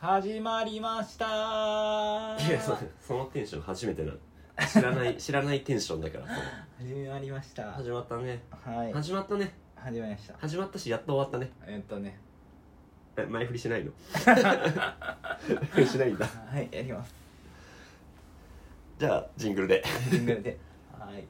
始まりましたいやそそのテンション初めてなの知らない 知らないテンションだからその始まりました始まったねはい始まったね始まりました始まったしやっと終わったねえっとねえ前振りしな いの前振りしないんだはいやりますじゃあジングルでジングルではい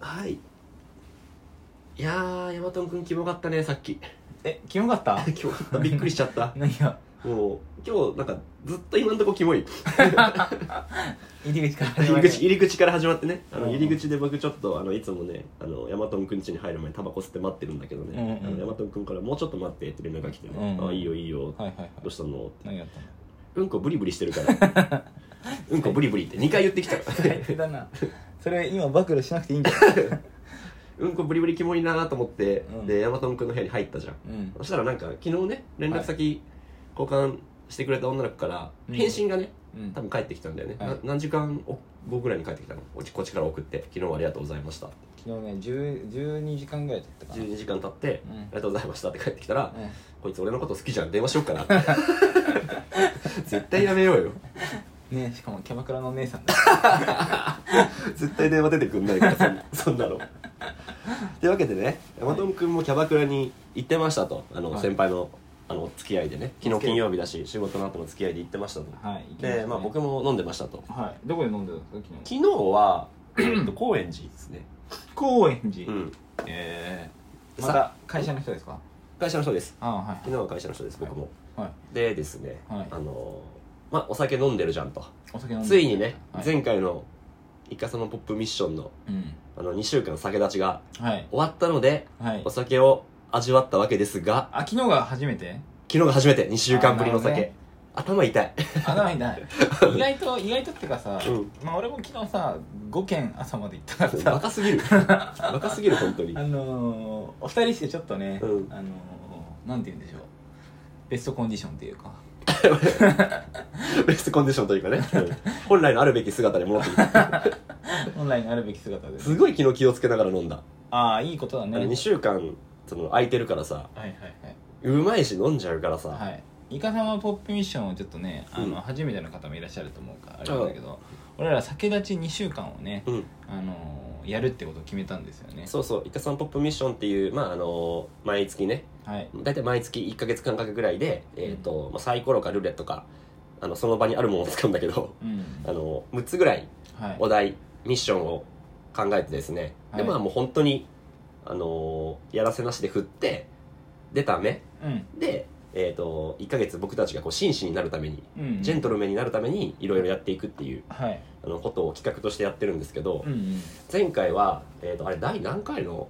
はいいやーヤマトン君キモかったねさっきえキモかった キモかったびっくりしちゃった何がもう今日なんかずっと今んとこキモい入り口から始入まりる口入り口から始まってねあうんのうん入り口で僕ちょっとあのいつもねあのヤマトンくん家に入る前にタバコ吸って待ってるんだけどね、うんうんあのヤマトンくんから「もうちょっと待って」って連絡が来てね「うんうんあいいよいいよ」はいはいはいどうしたの?」何やったのうんこブリブリしてるから うんこブリブリって2回言っ てきたか最ら低だなそれ今暴露しなくていいんじゃないうんこブリブリキモいなと思って、うんでヤマトンくんの部屋に入ったじゃんうんそしたらなんか昨日ね連絡先交換してくれた女の子からうん返信がね、うん多分帰ってきたんだよね、はいな何時間後ぐらいに帰ってきたのこっちこっちから送って「昨日はありがとうございました」昨日ね10 12時間ぐらい経ったかな12時間経って、うんありがとうございましたって帰ってきたら、うんこいつ俺のこと好きじゃん電話しよっかな 絶対やめようよねしかもキャバクラのお姉さんだ絶対電話出てくんないからそんそんなのというわけでね山トン君もキャバクラに行ってましたとあの、はい先輩のあの付き合いでね昨お付き合い日金曜日だし仕事の後の付き合いで行ってましたと、はい行きしたで、ねまあ、僕も飲んでましたとはいどこで飲んでたんですか昨日昨日 は、えっと、高円寺ですね高円寺、うんええさまた会社の人ですか会社の人ですああは昨日は会社の人です僕も、いはいでですね、はいあのまあお酒飲んでるじゃんとお酒飲んでついにね、はい、前回のイカサのポップミッションのうんあの2週間酒立ちがはい終わったので、はいお酒を味わったわけですがあ昨日が初めて昨日が初めて2週間ぶりの酒、頭 痛いあなるほどねあないな い意外と意外とってかさ、うんまあ俺も昨日さ5軒朝まで行ったからさ若 すぎる若すぎる本当にあのー、お二人してちょっとね、うんあのー、なんて言うんでしょうベストコンディションっていうかベストコンディションというかねうん本来のあるべき姿に戻って きた本来のあるべき姿ですすごい昨日気をつけながら飲んだ、ああいいことだねあはいの2週間その空いてるからさはいうまいし飲んじゃうからさ、はいはいイカ様ポップミッションをちょっとねあの、うん初めての方もいらっしゃると思うからあれなんだけど俺ら酒立ち2週間をね、うんあのーやるってことを決めたんですよねそうそうイカサンポップミッションっていうまああの毎月ねはい大体毎月1か月間隔ぐらいで、えーとまあ、サイコロかルーレットかあのその場にあるものを使うんだけど うんあの6つぐらいはいお題ミッションを考えてですね、はいでまあもう本当にあのーやらせなしで振って出た目うんで、えー、と1か月僕たちがこう紳士になるために、うんジェントルメンになるためにいろいろやっていくっていうはいあのことを企画としてやってるんですけど、うんうん前回は、えー、とあれ第何回の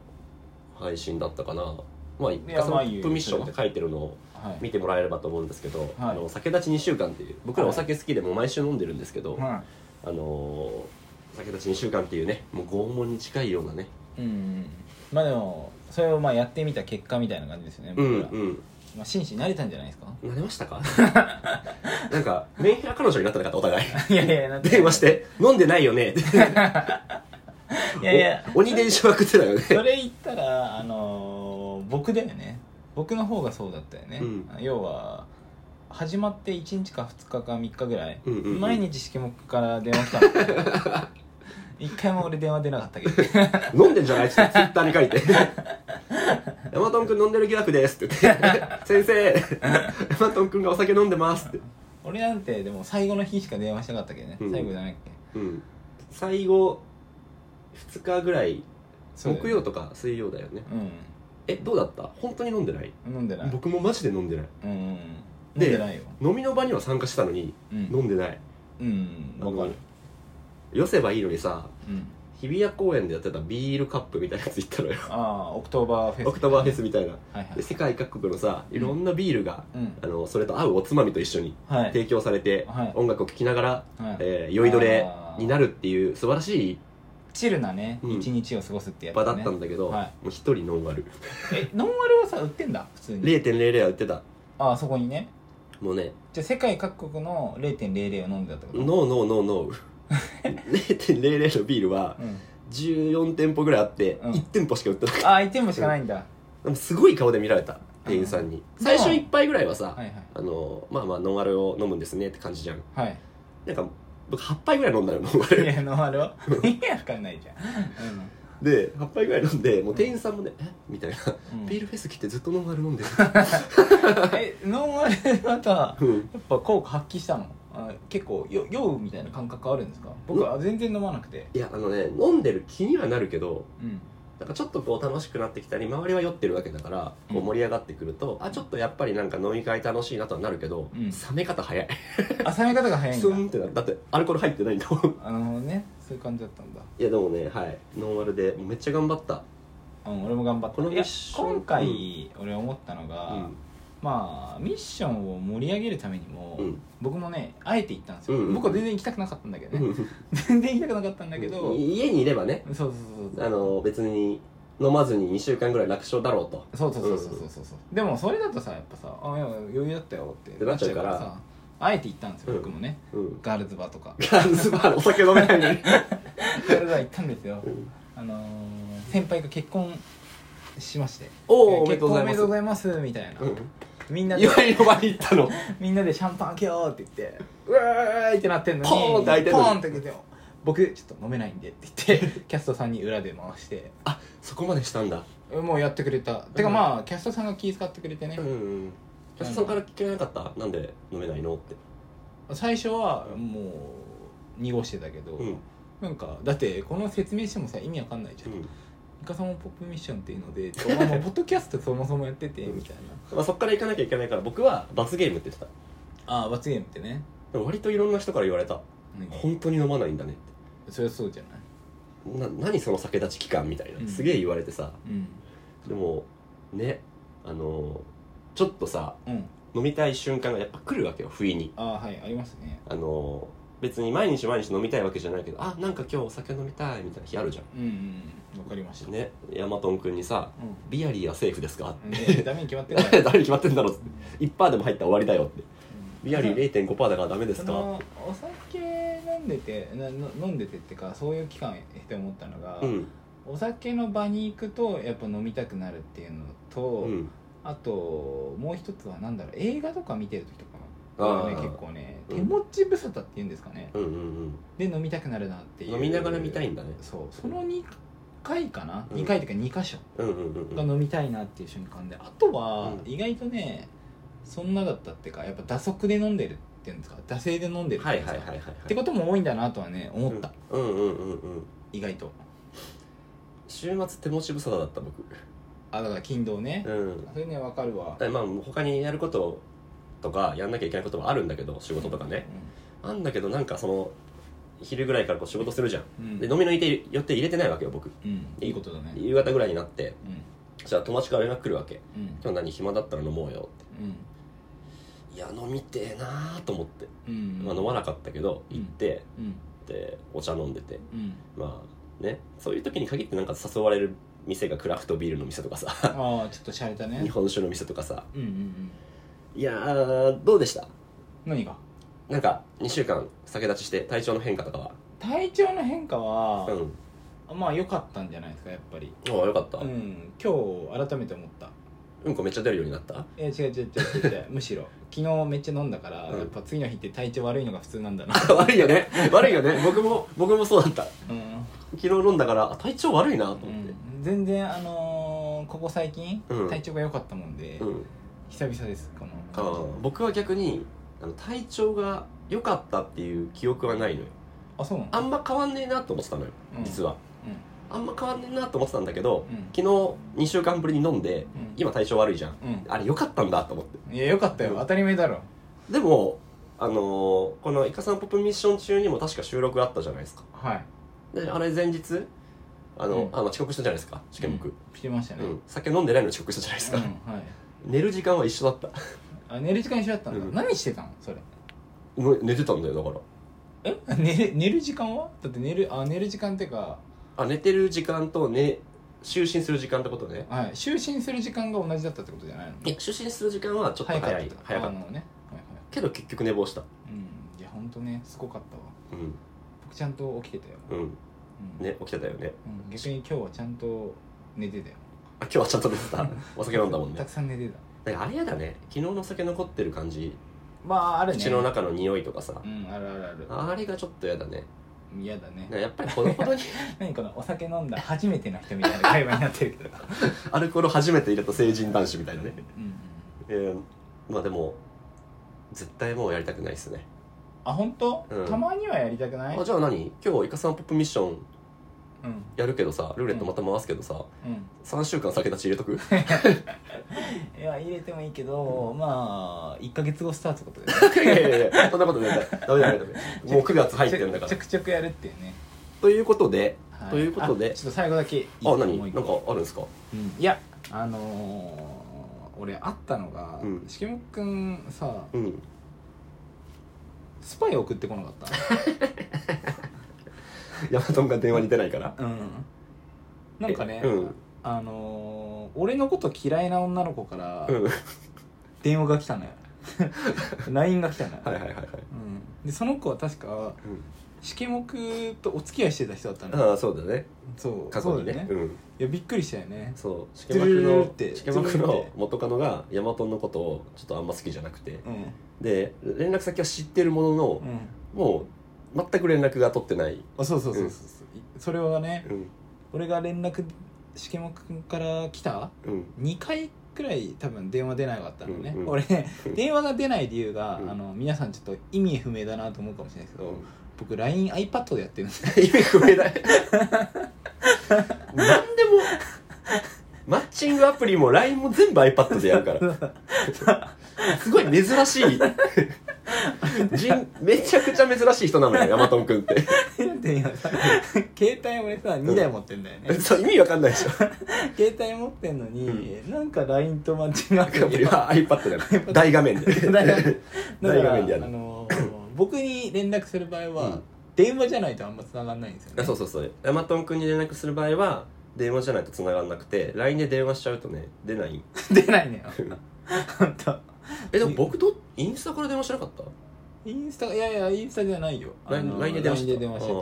配信だったかなまあ、一や回そのまアあいいッよプミッションって書いてるのをはい見てもらえればと思うんですけど、あの酒立ち2週間っていう僕らお酒好きでもう毎週飲んでるんですけど、はあのー酒立ち2週間っていうねもう拷問に近いようなねいうんうんまあでもそれをまあやってみた結果みたいな感じですよねうん僕ら、うんまあ、真摯になれたんじゃないですか慣れましたかなんかメンヘラ彼女になってなかったお 互いいやいやなって電話して「飲んでないよね」っていやいやお鬼電車は食ってたよね それ言ったらあのー僕だよね僕の方がそうだったよね、うん要は始まって1日か2日か3日ぐらい、うんうんうん毎日式目から電話来たの 一回も俺電話出なかったけど飲んでんじゃないってツイッターに書いて 「ヤマトンくん飲んでる疑惑です」って言 って「先生ヤマトンくんがお酒飲んでます」って、俺なんてでも最後の日しか電話しなかったけどね、うん最後じゃないっけうん、最後2日ぐらいそうだよ木曜とか水曜だよねえどうだった本当に飲んでないうん飲んでない僕もマジで飲んでないうんうんうん飲んででないよ飲みの場には参加したのにうん飲んでないうんあのわかるよせばいいのにさうん日比谷公園でやってたビールカップみたいなやつ行ったのよああオクトーバーフェスオクトーバーフェスみたいなはいはでい世界各国のさいろんなビールが、うんあのそれと合うおつまみと一緒にはい提供されて、はい音楽を聴きながら、はいえー酔いどれあーになるっていう素晴らしいチルなねうん一日を過ごすってやつ場ねだったんだけど、はいもう一人ノンアルえノンアルはさ売ってんだ普通に0.00は売ってたああそこにねもうねじゃあ世界各国の0.00を飲んでたってことノーノーノーノ ー 0.00のビールはうん14店舗ぐらいあって、うん1店舗しか売って なかっああ1店舗しかないんだたでもすごい顔で見られた店員さんにうん最初1杯ぐらいはさ、はいはいあのまあまあノンアルを飲むんですねって感じじゃんはいなんか僕8杯ぐらい飲んだのよノンアルいやノンアルは意味わかんないじゃん、うんで8杯ぐらい飲んでもう店員さんもね「えみたいなうん「ビールフェス来てずっとノンアル飲んでる」えノンアルはさうんやっぱ効果発揮したのあ結構よ酔うみたいな感覚あるんですか僕は全然飲まなくていやあのね飲んでる気にはなるけどうんなんかちょっとこう楽しくなってきたり周りは酔ってるわけだからこううん盛り上がってくると、あちょっとやっぱりなんか飲み会楽しいなとはなるけど、うん冷め方早いあ冷め方が早いスんだンってなるだってアルコール入ってないんだもんあのねそういう感じだったんだいやでもねはいノンアルでもうめっちゃ頑張ったうん俺も頑張ったこのいミやッション今回俺思ったのが、うんまあミッションを盛り上げるためにも、うん僕もねあえて行ったんですよ、うんうん僕は全然行きたくなかったんだけどね、うん全然行きたくなかったんだけど、家にいればねそうそうそうそうあの別に飲まずに2週間ぐらい楽勝だろうとそうそうそうそうそうそうそうでもそれだとさやっぱさ「あいや余裕だったよ」ってってなっちゃうからさあえて行ったんですよ、うん僕もねうんガールズバーとかガールズバー のお酒飲めないのにガールズバー行ったんですようんあのー先輩が結婚しましておおおめで結とう婚ごおざめいまですとうございますみたいな、みんなうんで祝いの場に行ったのみんなでシャンパン開けようって言ってうわーいってなってんのにポーンって開いてんのにポーンって開けて僕ちょっと飲めないんでって言って キャストさんに裏で回してあそこまでしたんだもうやってくれたてかまあキャストさんが気遣ってくれてねうんうんキャストさんから聞けなかったなんで飲めないのって最初はもう濁してたけど、うんなんかだってこの説明してもさ意味わかんないじゃ、うんんイカサマポップミッションっていうのでお前もうポッドキャストそもそもやっててみたいなまあ、そっから行かなきゃいけないから僕は罰ゲームって言ってたああ罰ゲームってね、でも割といろんな人から言われたうん本当に飲まないんだねってそりゃそうじゃないな何その酒立ち期間みたいな、うんすげえ言われてさうんでもねあのーちょっとさうん飲みたい瞬間がやっぱ来るわけよ不意にああはいありますねあのー別に毎日毎日飲みたいわけじゃないけどあなんか今日お酒飲みたいみたいな日あるじゃうんうんわかりましたんねヤマトン君にさうん「ビアリーはセーフですか?」 ってねダメに決まってるから誰に決まって んだろうっつって1%でも入ったら終わりだよってビアリー0.5%だからダメですそかのお酒飲んでてなの飲んでてってかそういう期間って思ったのが、うんお酒の場に行くとやっぱ飲みたくなるっていうのと、うんあともう一つはなんだろう映画とか見てる時とかあは、ーね、結構ねうん手持ち無沙汰っていうんですかね、うんうんで飲みたくなるなってうんいう飲みながら見たいんんだねそうその2回かな、うん2回というか2箇所うんうんうんうんが飲みたいなっていう瞬間であとはうん意外とねそんなだったっていうかやっぱ打足で飲んでるっていうんですか惰性で飲んでるってはいいうはんいですはいかはいはいってことも多いんだなとはね思った、うんうんうんうん意外と週末手持ち無沙汰だった僕あだから金土ね、うんそれねわかるわだからまあ他にやることとかやんなきゃいけないこともあるんだけど仕事とかね、あんだけどなんかその昼ぐらいからこう仕事するじゃんうんうんで飲みの予定予定入れてないわけよ僕うんいいことだね夕方ぐらいになってうんじゃあ友達から連絡来るわけうん今日何暇だったら飲もうようんっていや飲みてえなーと思って、うんまあ飲まなかったけどうん行って、うんでお茶飲んでて うんまあねそういう時に限ってなんか誘われる店がクラフトビールの店とかさああちょっと洒落た ね日本酒の店とかさうんうんうんいやーどうでした何がなんか2週間酒立ちして体調の変化とかは体調の変化はう、んまあ良かったんじゃないですかやっぱりああよかった、ううん、ん今日改めて思ったこめっちゃ出るようになったえ違う違う違う違う違う むしろ昨日めっちゃ飲んだから、うんやっぱ次の日って体調悪いのが普通なんだな 悪いよね悪いよね僕も僕もそうだったうん、昨日飲んだからあ体調悪いなとう思ってん、全然あのーここ最近、うん体調が良かったもんで、うん、久々ですこのああ僕は逆にあの体調が良かったっていう記憶はないのよあそうなのあんま変わんねえなと思ってたのようん、実は、あんま変わんねえなと思ってたんだけどうんうん昨日2週間ぶりに飲んでうん今体調悪いじゃんうんあれ良かったんだと思っていや良かったよ、うん当たり前だろでもあのーこのイカさんポップミッション中にも確か収録あったじゃないですかはいであれ前日あの、うんあの遅刻したじゃないですか試験僕、してましたうねん酒飲んでないのに遅刻したじゃないですか、うんはい 寝る時間は一緒だったあ寝る時間一緒だったんだ、うん何してたのそれ もう寝てたんだよだからえ寝る寝る時間はだって寝るあ寝る時間ってか、あ寝てる時間と寝就寝する時間ってことねはい、就寝する時間が同じだったってことじゃないのいや就寝する時間はちょっと早い早かったあのね、はいはい、けど結局寝坊したうんいや本当ねすごかったわうん僕ちゃんと起きてたよ、うんうんね起きてたよねうん逆に今日はちゃんと寝てたよあ今日はちゃんと寝てたお酒飲んだもんたねくさん寝てたなんかあれやだね昨日のお酒残ってる感じまああるね口の中の匂いとかさ、うんあるあるあるあれがちょっとやだね嫌だねなんかやっぱりほどほどに 何このお酒飲んだ初めての人みたいな会話になって るけどアルコール初めて入れた成人男子みたいなねうんうんえーまあでも絶対もうやりたくないですねあ本当、うんたまにはやりたくないあじゃあ何今日イカさんポップミッションうんやるけどさルーレットまた回すけどさ、うん3週間酒立ち入れ とくいや入れてもいいけど、まあ1か月後スタートってことで、いやいやいやそんなことないダメダメダ メもう9月入ってるんだかちょらくちょくやるっていうね、ということではということであちょっと最後だけいいあ何もうなん一か個あるんですかうんいやあのー俺会ったのが、うんしけもっくんさうんスパイ送ってこなかっヤマトンが電話に出な いから たうんなんかね、えうんあのー俺のこと嫌いな女の子からうんはい電話が来た のよ LINE が来たのよ、はいはいはいうん、でその子は確かしけもくとお付き合いしてた人だったのよああそうだねそう過去にそねうだようんいやびっくりしたよねそうしトゥけまルくルルルっのてしけまくトゥルルルっのて元カノがヤマトンのことをちょっとあんま好きじゃなくてうんで連絡先は知ってるもののうんもう全く連絡が取ってないあそうそうそうそうそう、それはねうん俺が連絡しけもくんから来たうん2回くらい多分電話出なかったのね、うんうん 俺ねうん電話が出ない理由が、うんあの皆さんちょっと意味不明だなと思うかもしれないですけど、僕 LINEiPad でやってるん ですよ意味不明だ何でもマッチングアプリも LINE も全部 iPad でやるからすごい珍しい人めちゃくちゃ珍しい人なのよヤマトンくんってで今さ携帯俺さ2台持ってんだよね、そう意味わかんないでしょ携帯持ってんのに、うなんか LINE とマッチングアアププリリが は iPad だよ大画面で大画面だ大か画ら、面でやあるの僕に連絡する場合は、うん電話じゃないとあんま繋がんないんですよね あそうそうそうヤマトンくんに連絡する場合は電話じゃないと繋がんなくて LINE で電話しちゃうとね出ない出ないのよ本当えでも僕どインスタから電話しなかったインスタいやいやインスタじゃないよあ LINE の LINE で電話して LINE た電話してあ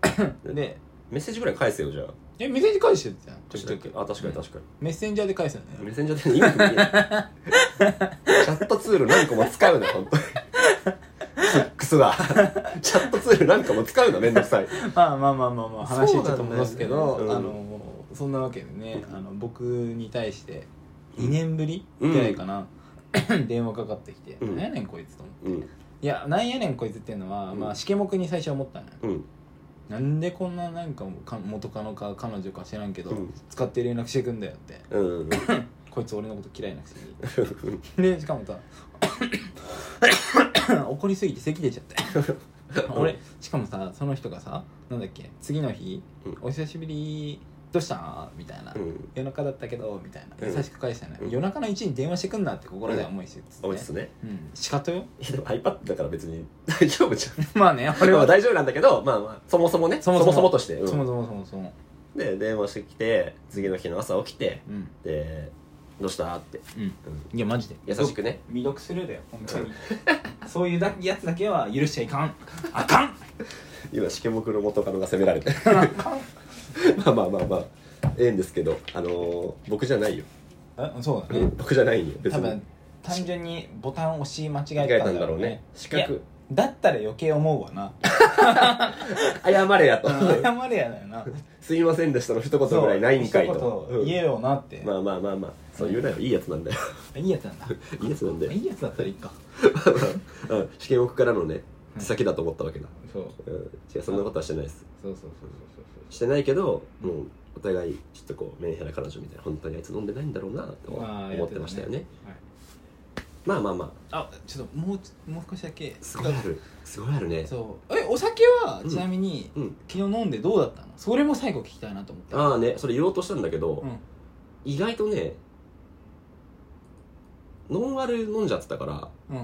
たーそうででメッセージぐらい返せよじゃあえメッセージ返してるじゃんちょく確かちょにくあ確かに確かメッセンジャーで返すのに、ねメッセンジャーで意味不明チャットツール何個も使うな本当にクソがチャットツール何個も使うなめんどくさい まあまあまあまあまあ話ちょっと戻すけど、そうなあんだよねのそんなわけでねあの僕に対してうん2年ぶりうんぐらいかな、 電話かかってきて「うんなんやねんこいつ」と思ってうんいやなんやねんこいつっていうのは、うんまあしけもくに最初思ったのようんなんでこんななんかか元カノか彼女か知らんけど、うん使って連絡してくんだよってうんこいつ俺のこと嫌いなくせに でしかもさ怒りすぎて咳出ちゃって俺しかもさその人がさなんだっけ次の日、うんお久しぶりどうしたみたいな、うん夜中だったけどみたいなうん優しく返したね、うん夜中の1時に電話してくんなって心では思いしてつって、おいっすねうん仕方よ いやでも iPad だから別に 大丈夫じゃんまあねこ俺れはは大丈夫なんだけどまあまあそもそもねそそももそそももとして、うんそもそもそもそもで電話してきて次の日の朝起きてうんでどうしたって、うんうんいやマジで優しくね未読するだよ本当に そういうだやつだけは許しちゃいかんあかん 今シケモクの元カノが責め られてまあまあまあまあええんですけどあのー僕じゃないよえそうだね僕じゃないよ別多に分単純にボタン押し間間違違ええたたんんだだろろううねね資資格格だったら余計思うわな謝れやと謝れやだよなすいませんでしたの一言ぐらいないんかいとそう一言言えよなって、うんまあまあまあまあそう言うなよいいやつなん だよいいやつなんだいいやつなんだよいいやつだったらいいかうん試験奥からのねうん先だと思ったわけだ、そううん、違うそんなことはしてないですそうそうそうそうしてないけどもうお互いちょっとこうメンヘラ彼女みたいな本当にあいつ飲んでないんだろうなとまあ思ってましたよねやってたねはいまあまあまああちょっともうもう少しだけすごいあるすごいあるねそうえお酒はうんちなみに、うん昨日飲んでどうだったのそれも最後聞きたいなと思ってああねそれ言おうとしたんだけど、うん意外とねノンアル飲んじゃってたから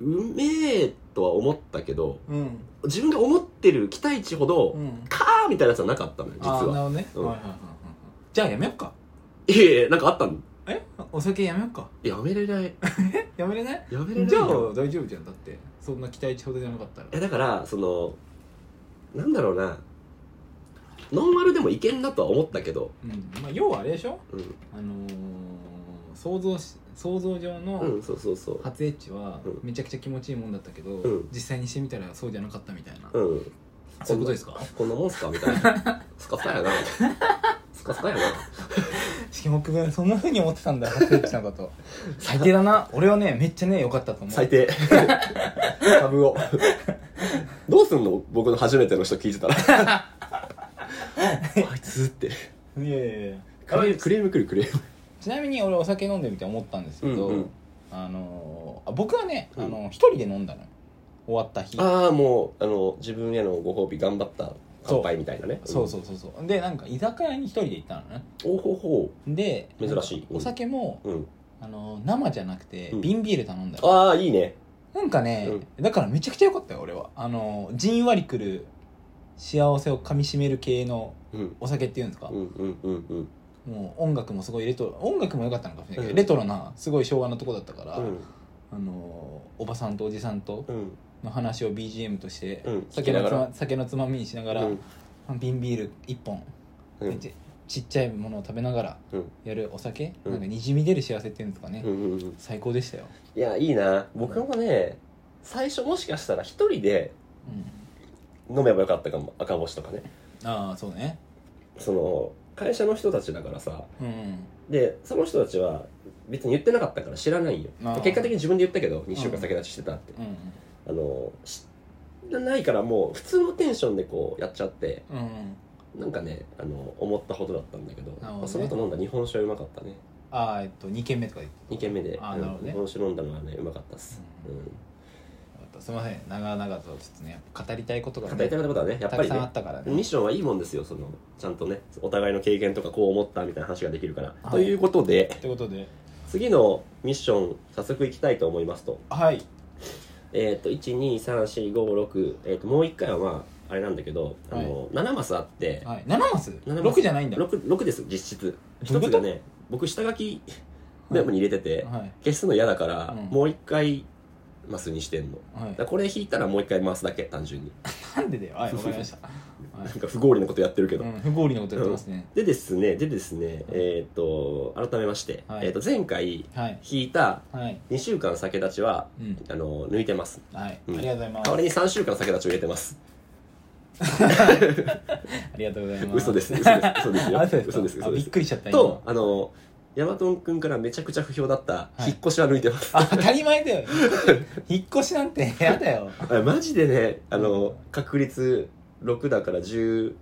うんうめえとは思ったけどうん自分が思ってる期待値ほど、うんかーみたいなやつはなかったのよ実あーなるほはどね、うんはいはいはいはいじゃあやめよっかいやいやなんかあったのえお酒やめよっかやめれないやめれないやめれないじゃあよ大丈夫じゃんだってそんな期待値ほどじゃなかったらいやだからそのなんだろうなノンアルでもいけんなとは思ったけど、うんまあ要はあれでしょうん、あのー、想像し想像上うのん、そうそうそう初エッチはうんめちゃくちゃ気持ちいいもんだったけど、うん実際にしてみたらそうじゃなかったみたいな、うんそういうことですかこんなもんすかみたいな スカスカやなスカスカやな四季目君そんなふうに思ってたんだ初エッチのこと最低だな俺はねめっちゃね良かったと思う最 低株をどうすんの僕の初めての人聞いてたら あいつっていやいやいやクレームクレーム来るクレームちなみに俺お酒飲んでみて思ったんですけど、うんうんあのーあ僕はね、うんあの一人で飲んだのよ終わった日ああもうあの自分へのご褒美頑張った乾杯みたいなねそうそうそうそうでなんか居酒屋に一人で行ったのねうんおほほで珍しいうんお酒も、うんあの生じゃなくてうん瓶ビール頼んだよ、ああいいねなんかね、だからめちゃくちゃ良かったよ俺はあのじんわりくる幸せをかみしめる系のうんお酒っていうんですかう、んうんうんうんもう音楽もすごいレトロ音楽も良かったのかもしれないけど、うんレトロなすごい昭和のとこだったから、うんあのおばさんとおじさんとうんの話を BGM として、うん酒のつ聞きながま酒のつまみにしながら、うん瓶ビール1本、うんちちっちゃいものを食べながらうんやるお酒、うんなんかにじみ出る幸せっていうんですかね、うんうんうん最高でしたよ、いやいいな僕もね最初もしかしたら一人でうん、飲めばよかったかも赤星とかねああそうねその会社の人たちだからさうんでその人たちは別に言ってなかったから知らないんよあー結果的に自分で言ったけど2週間先立ちしてたってうんあの知らないからもう普通のテンションでこうやっちゃってうんうんなんかねあの思ったほどだったんだけどなるほどねその後飲んだ日本酒はうまかったねああえっと2軒目とかで2軒目で、あーうんなるほどね日本酒飲んだのはねうまかったっす、ううんんすみません長々とちょっとね語りたいことが、語りたいことはねやっぱたりくねさんあったからねミッションはいいもんですよそのちゃんとねお互いの経験とかこう思ったみたいな話ができるから、はいということでということで次のミッション早速いきたいと思いますとはいえっ、と123456、えー、ともう1回はまああれなんだけど、あの7マスあって、はい、7マス七マス ?6 じゃないんだ。六 6, です実質ど1ういうことつがね僕下書きメモに入れてて、はい。消すの嫌だから、うんもう1回マスにしてんのはいだからこれ引いたらもう1回回すだけ単純になんでだよ。はい、わかりました。はなんいか不合理なことやってるけど、うん、不合理なことやってますね。でですねでですねえっ、と改めまして、はいえー、と前回はい。引いたはい。 2週間先立ちはうん。あの抜いてますはい。あうんりがとうございます代わ。りに3週間先立ちを入れてますありがとうございます。嘘です嘘です嘘です よあ、そうですか。嘘ですあ嘘でびっすくりしちゃった。とあのヤマトン君からめちゃくちゃ不評だったはい引っ越しは抜いてます、今あ、当たり前 だよ。引っ越しなんて嫌だよ。あマジでねあの確率6だから13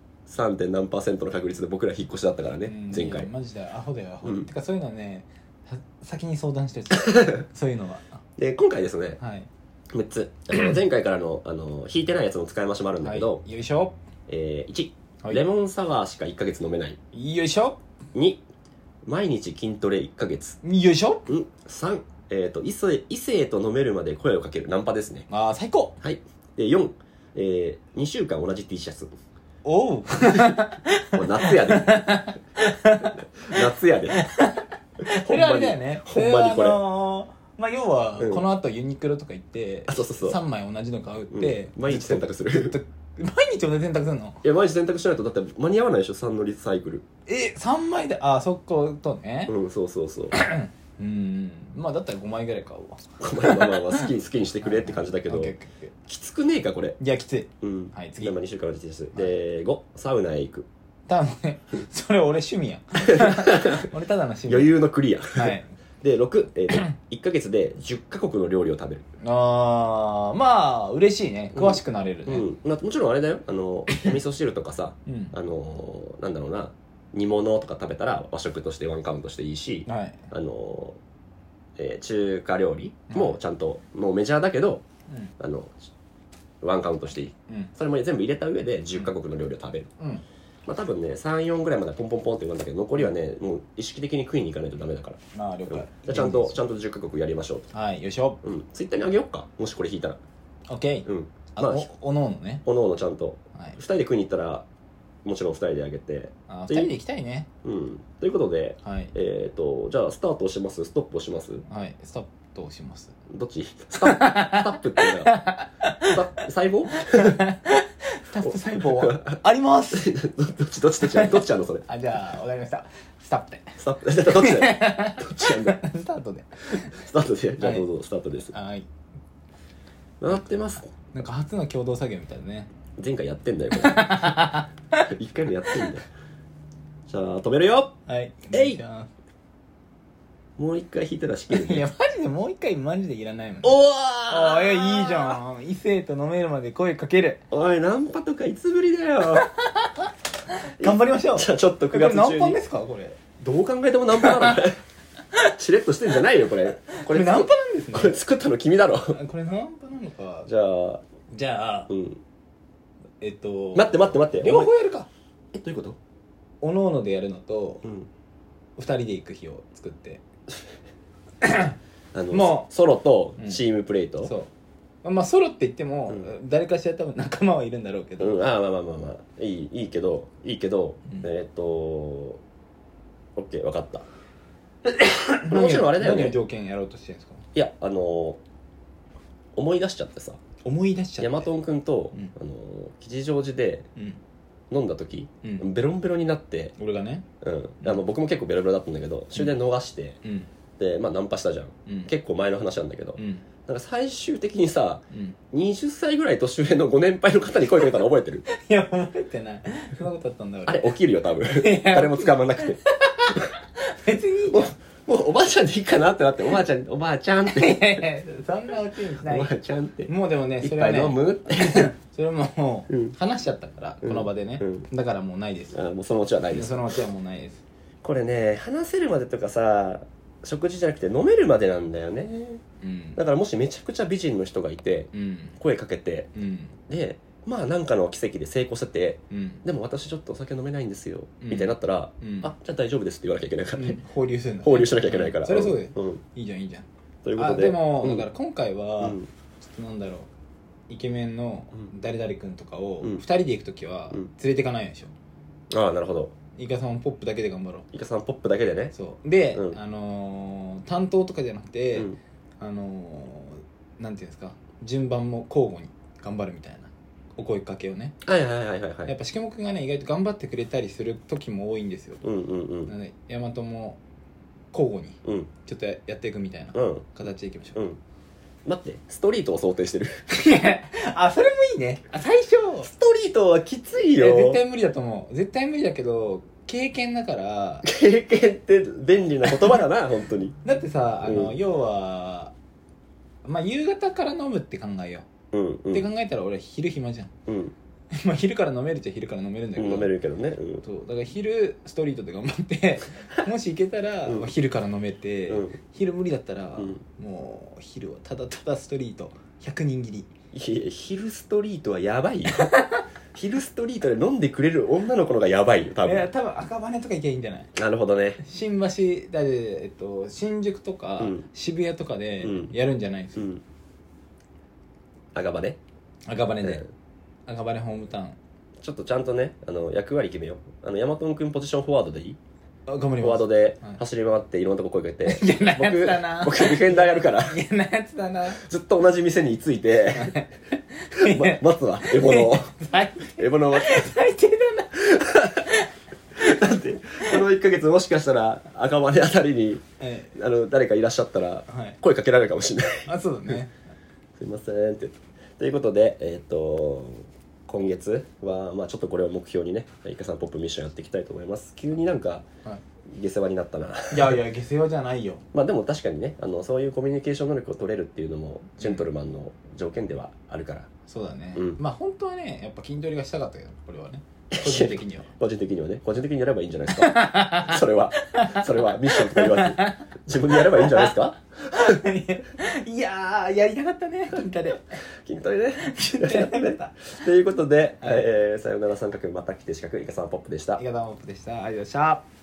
点何パーセントの確率で僕ら引っ越しだったからね、うん前い回やマジだよ。アホだよ、アホ。うんてか、そういうのはね、さ先に相談してる。 そういうのは。で今回ですねはい。 6つ あの前回からのあの引いてないやつの使い回しもあるんだはけい。ど、よいしょ。えー1、はいレモンサワーしか1ヶ月飲めない。よいしょ。 2、毎日筋トレ1ヶ月。よいしょ。うん3、えっ、と異性、異性と飲めるまで声をかける。ナンパですね。あー、最高。はい。で、4、えー、2週間同じ T シャツ。おう。これ夏 やで。夏やで。それはあれだよね。ほんまにこれそはあのーまあ、要は、うんこの後ユニクロとか行ってあ、、そうそうそう。 3枚同じの買ううっんて、毎日洗濯する。ずっと 毎日同じ洗濯するのいや、毎日洗濯しないと、だって間に合わないでしょ、3のリサイクル。え三3枚であそことねうん、そうそうそう。うんまあだったら5枚ぐらい買おうわまあまあまあまあ、好きに、好 きにしてくれって感じだけオどッケー、オッケーオッケきつくねえか、これ。ーいやきついうん。はい次今2週間同じ T シャツ。で、5、サウナへ行く。多分 ねそれ俺趣味やん俺ただの趣味余裕のクリア、はいで6、えー、1か 月で10カ国の料理を食べる、あーまあ嬉しいね詳しくなれるうねんまあ、もちろんあれだよあのお味噌汁とかさうん、あのーなんだろうな煮物とか食べたら和食としてワンカウントしていいしはいあのーえー中華料理もちゃんと、もうメジャーだけどうんあのワンカウントしていいうんそれも全部入れた上で10カ国の料理を食べる、うんまあ、多分ね34ぐらいまでポンポンポンって言うんだけど残りはねもう意識的に食いに行かないとダメだからまあ了うん解、じゃあちゃんとちゃんと10カ国やりましょうはいよいしょと、うん、ツイッターにあげよっかもしこれ引いたら OK うんあまあおおのおのねおのおのちゃんとはい2人で食いに行ったらもちろん2人であげてあと2いう人で行きたいねうんということではいえっ、とじゃあスタート押しますストップ押しますはいスタップをしますどっちスタップスタップって言うんだよスタップ細胞スタップ細胞 はありますどどっちどっちどっちどっちあんのそれあじゃあわかりましたスタップで スタップ どっちだよどっちなんだよスタートでスタートでじゃあどうぞスタートですはい回ってますなんか初の共同作業みたいだね前回やってんだよこれ 一回もやってんだよじゃあ止めるよはいえいお願しもう一回引いたら仕切ますいるやマジでもう一回マジでいらないもんおあーあいやいいじゃん異性と飲めるまで声かけるおいナンパとかいつぶりだよ頑張りましょう じゃあちょっとこ9れ月中何に本ですかこれどう考えてもナンパだろしれっとしてんじゃないよこれここれナ作ンパなんですねこれ作ったの君だろあこれナンパなのかじゃあじゃあうんえっと待って待って待って両方やるかえどういうことおのおのでやるのとうん二人で行く日を作ってあのもソロとうんチームプレイと、そうまあまあソロって言っても、うん誰かしら多分仲間はいるんだろうけど、うん、ああまあまあまあまあいいいいけどいいけど、うんえーっとオッケー分かった何をもちろんあれだよね何を条件やろうとしてるんですかいやあのー思い出しちゃってさ思い出しちゃヤマってトン君と、うんあのー吉祥寺でうん、飲んだ時うん、ベロンベロンになって、俺がねうん、あの僕も結構ベロベロだったんだけど終電逃して、うんでまあナンパしたじゃんうん結構前の話なんだけど、うんなんか最終的にさうん 20歳ぐらい年上のご年配の方に声かけたの覚えてるいや覚えてないそんなことあったんだ俺 あれ起きるよ多分いや誰も捕まんなくて別にいいも うもうおばあちゃんでいいかなってなっておばあちゃんおばあちゃん っていやいやそんなオチにしなおばあいちゃんってもうでもね一それは杯飲ねむって それはもう、うん話しちゃったからこうんの場でね、うんだからもうないですあもうそのうちはないですそのオチはもうないですこれね話せるまでとかさ食事じゃなくて飲めるまでなんだよねうんだからもしめちゃくちゃ美人の人がいてうん声かけてうんでまあなんかの奇跡で成功しててうんでも私ちょっとお酒飲めないんですよ、うんみたいになったら、うんあじゃあ大丈夫ですって言わなきゃいけないからね、放流するんだ放流しなきゃいけないから、うんそれはそうですうん、いいじゃんいいじゃんというこあとででも、うんだから今回は、うんちょっとなんだろうイケメンのうん誰々君とかをうん二人で行く時はうん連れてかないでしょ、ああなるほどイカさんはポップだけで頑張ろうイカさんポップだけでねそうで、うんあのー担当とかじゃなくて、うんあのーなんていうんですか順番も交互に頑張るみたいなお声かけをね、はいはいはいはいはやっいぱしけもくんがね意外と頑張ってくれたりする時も多いんですようんうんうんなので大和も交互にうんちょっとやっていくみたいなうん形でいきましょう、うん待ってストリートを想定してる あそれもいいねあ最初ストリートはきついいやよ絶対無理だと思う絶対無理だけど経験だから経験って便利な言葉だな本当にだってさあの、うん要はまあ夕方から飲むって考えようんうう、って考ん、えたら俺昼暇じゃん うん、まあ昼から飲めるっちゃ昼から飲めるんだけど飲めるけどねうんそうだから昼ストリートで頑張って もし行けたら、うんまあ昼から飲めて、うん昼無理だったら、うんもう昼はただただストリート100人切りいや昼ストリートはやばいよ 昼ストリートで飲んでくれる女の子の方がやばいよ多いや分多分赤羽とか行けばいいんじゃないなるほどね新橋だで、えっと、新宿とか、うん渋谷とかでうんやるんじゃないんですうよ、ん赤羽ね赤羽で、うん赤羽ホームタウンちょっとちゃんとねあの役割決めようあのヤマトン君ポジションフォワードでいいあ頑張フりォワまーすドではい走り回っていろんなとこ声か けて嫌なや僕つだな僕ディフェンダーやるから嫌なやつだなずっと同じ店に着いてま 待つわエ ボの最エボの待つ最低だなだってこの1ヶ月もしかしたら赤羽あたりにえあの誰かいらっしゃったらはい声かけられるかもしれないあそうだねすいませんってということでえっ、と今月は、まあ、ちょっとこれを目標にねイカさんポップミッションやっていきたいと思います急になんかは下世話になったない いやいや下世話じゃないよまあでも確かにねあのそういうコミュニケーション能力を取れるっていうのもジェントルマンの条件ではあるからそうだね、うんまあ本当はねやっぱ筋トレがしたかったけど俺はね個人的に は個人的にはね個人的にやればいいんじゃないですか それはそれはミッションとか言わず自分でやればいいんじゃないで すかいやーやりたかったね金太で筋トレね金太やりたか ったということで、はいえーさよなら三角また来て四角イカさんポップでしたありがとうございましたありがとうございました